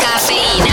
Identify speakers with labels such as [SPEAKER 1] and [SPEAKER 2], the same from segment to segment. [SPEAKER 1] Cafeína.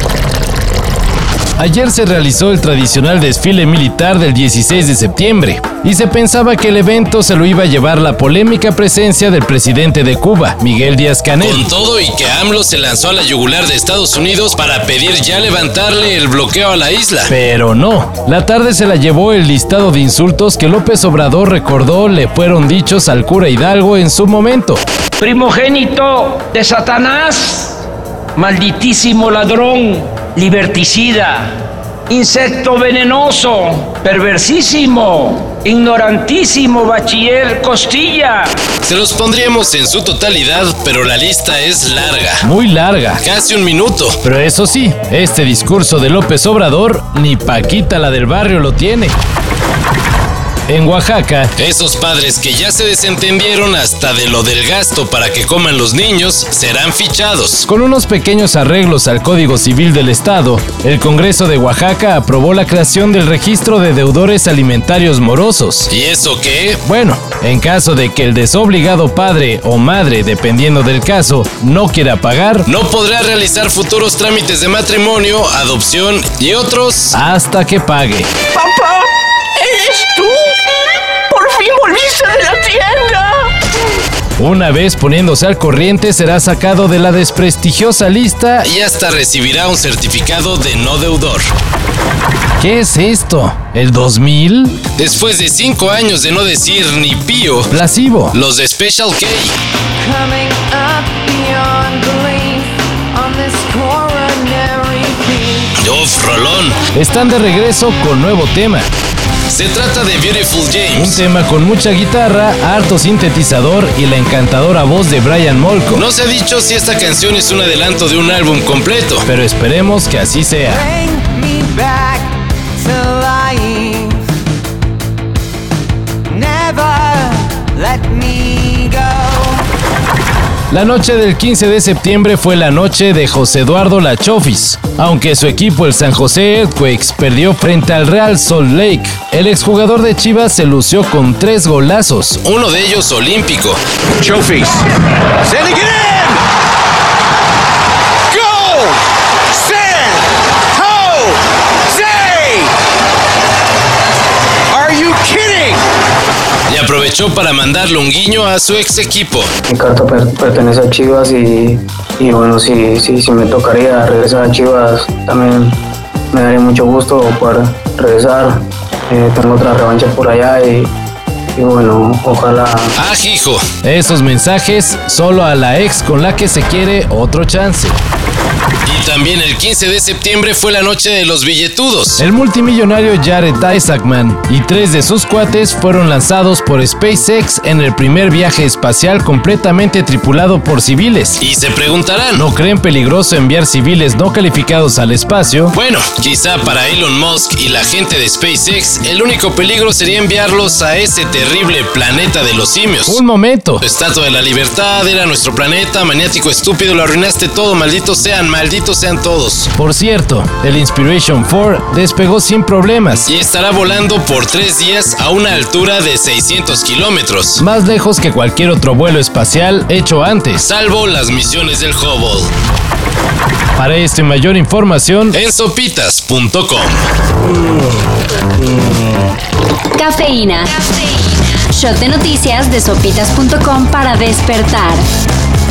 [SPEAKER 2] Ayer se realizó el tradicional desfile militar del 16 de septiembre y se pensaba que el evento se lo iba a llevar la polémica presencia del presidente de Cuba, Miguel Díaz Canel. Con todo y que AMLO se lanzó a la yugular de Estados Unidos para pedir ya levantarle el bloqueo a la isla. Pero no, la tarde se la llevó el listado de insultos que López Obrador recordó le fueron dichos al cura Hidalgo en su momento.
[SPEAKER 3] primogénito de Satanás, malditísimo ladrón, liberticida, insecto venenoso, perversísimo, ignorantísimo bachiller Costilla.
[SPEAKER 4] Se los pondríamos en su totalidad, pero la lista es larga.
[SPEAKER 2] Muy larga.
[SPEAKER 4] Casi un minuto.
[SPEAKER 2] Pero eso sí, este discurso de López Obrador ni Paquita la del barrio lo tiene. En Oaxaca,
[SPEAKER 4] Esos padres que ya se desentendieron hasta de lo del gasto para que coman los niños serán fichados.
[SPEAKER 2] Con unos pequeños arreglos al Código Civil del Estado, el Congreso de Oaxaca aprobó la creación del registro de deudores alimentarios morosos.
[SPEAKER 4] ¿Y eso qué?
[SPEAKER 2] Bueno, en caso de que el desobligado padre o madre, dependiendo del caso, no quiera pagar,
[SPEAKER 4] No podrá realizar futuros trámites de matrimonio, adopción y otros.
[SPEAKER 2] hasta que pague.
[SPEAKER 5] ¡Papá! ¿Eres tú? ¡Por fin volviste de la tienda!
[SPEAKER 2] Una vez poniéndose al corriente, será sacado de la desprestigiosa lista.
[SPEAKER 4] Y hasta recibirá un certificado de no deudor.
[SPEAKER 2] ¿Qué es esto? ¿El 2000?
[SPEAKER 4] Después de cinco años de no decir ni pío,
[SPEAKER 2] Plasivo.
[SPEAKER 4] los de Special K
[SPEAKER 6] Coming up beyond belief on this coronary beat.
[SPEAKER 4] Uf, Rolón.
[SPEAKER 2] Están de regreso con nuevo tema.
[SPEAKER 4] Se trata de Beautiful
[SPEAKER 2] Un
[SPEAKER 4] James.
[SPEAKER 2] tema con mucha guitarra, harto sintetizador y la encantadora voz de Brian Molko.
[SPEAKER 4] No se ha dicho si esta canción es un adelanto de un álbum completo.
[SPEAKER 2] Pero esperemos que así sea.
[SPEAKER 6] Bring me back to life. Never let me go.
[SPEAKER 2] La noche del 15 de septiembre fue la noche de José Eduardo Lachofis. Aunque su equipo, el San José Earthquakes, perdió frente al Real Salt Lake, el exjugador de Chivas se lució con tres golazos.
[SPEAKER 4] Uno de ellos olímpico.
[SPEAKER 7] Trophies. Sending it in. Go. San. Jose. Are you kidding?
[SPEAKER 4] Y aprovechó para mandarle un guiño a su ex equipo.
[SPEAKER 8] Mi carta per- pertenece a Chivas y, y bueno, si, si, si me tocaría regresar a Chivas, también me daría mucho gusto poder regresar. Eh, tengo otra revancha por allá y, y bueno, ojalá
[SPEAKER 4] Ah, hijo.
[SPEAKER 2] Esos mensajes solo a la ex con la que se quiere otro chance.
[SPEAKER 4] Y también el 15 de septiembre fue la noche de los billetudos.
[SPEAKER 2] El multimillonario Jared Isaacman y tres de sus cuates fueron lanzados por SpaceX en el primer viaje espacial completamente tripulado por civiles.
[SPEAKER 4] Y se preguntarán,
[SPEAKER 2] ¿No creen peligroso enviar civiles no calificados al espacio?
[SPEAKER 4] Bueno, quizá para Elon Musk y la gente de SpaceX, el único peligro sería enviarlos a ese terrible planeta de los simios.
[SPEAKER 2] Un momento.
[SPEAKER 4] Estatua de la Libertad era nuestro planeta, maniático estúpido, lo arruinaste todo, malditos sean, malditos sean todos.
[SPEAKER 2] Por cierto, el Inspiration 4 despegó sin problemas,
[SPEAKER 4] Y estará volando por tres días a una altura de 600 kilómetros,
[SPEAKER 2] más lejos que cualquier otro vuelo espacial hecho antes.
[SPEAKER 4] salvo las misiones del Hubble.
[SPEAKER 2] Para esto y mayor información,
[SPEAKER 4] En sopitas.com.
[SPEAKER 1] Cafeína. Shot de noticias de sopitas.com para despertar.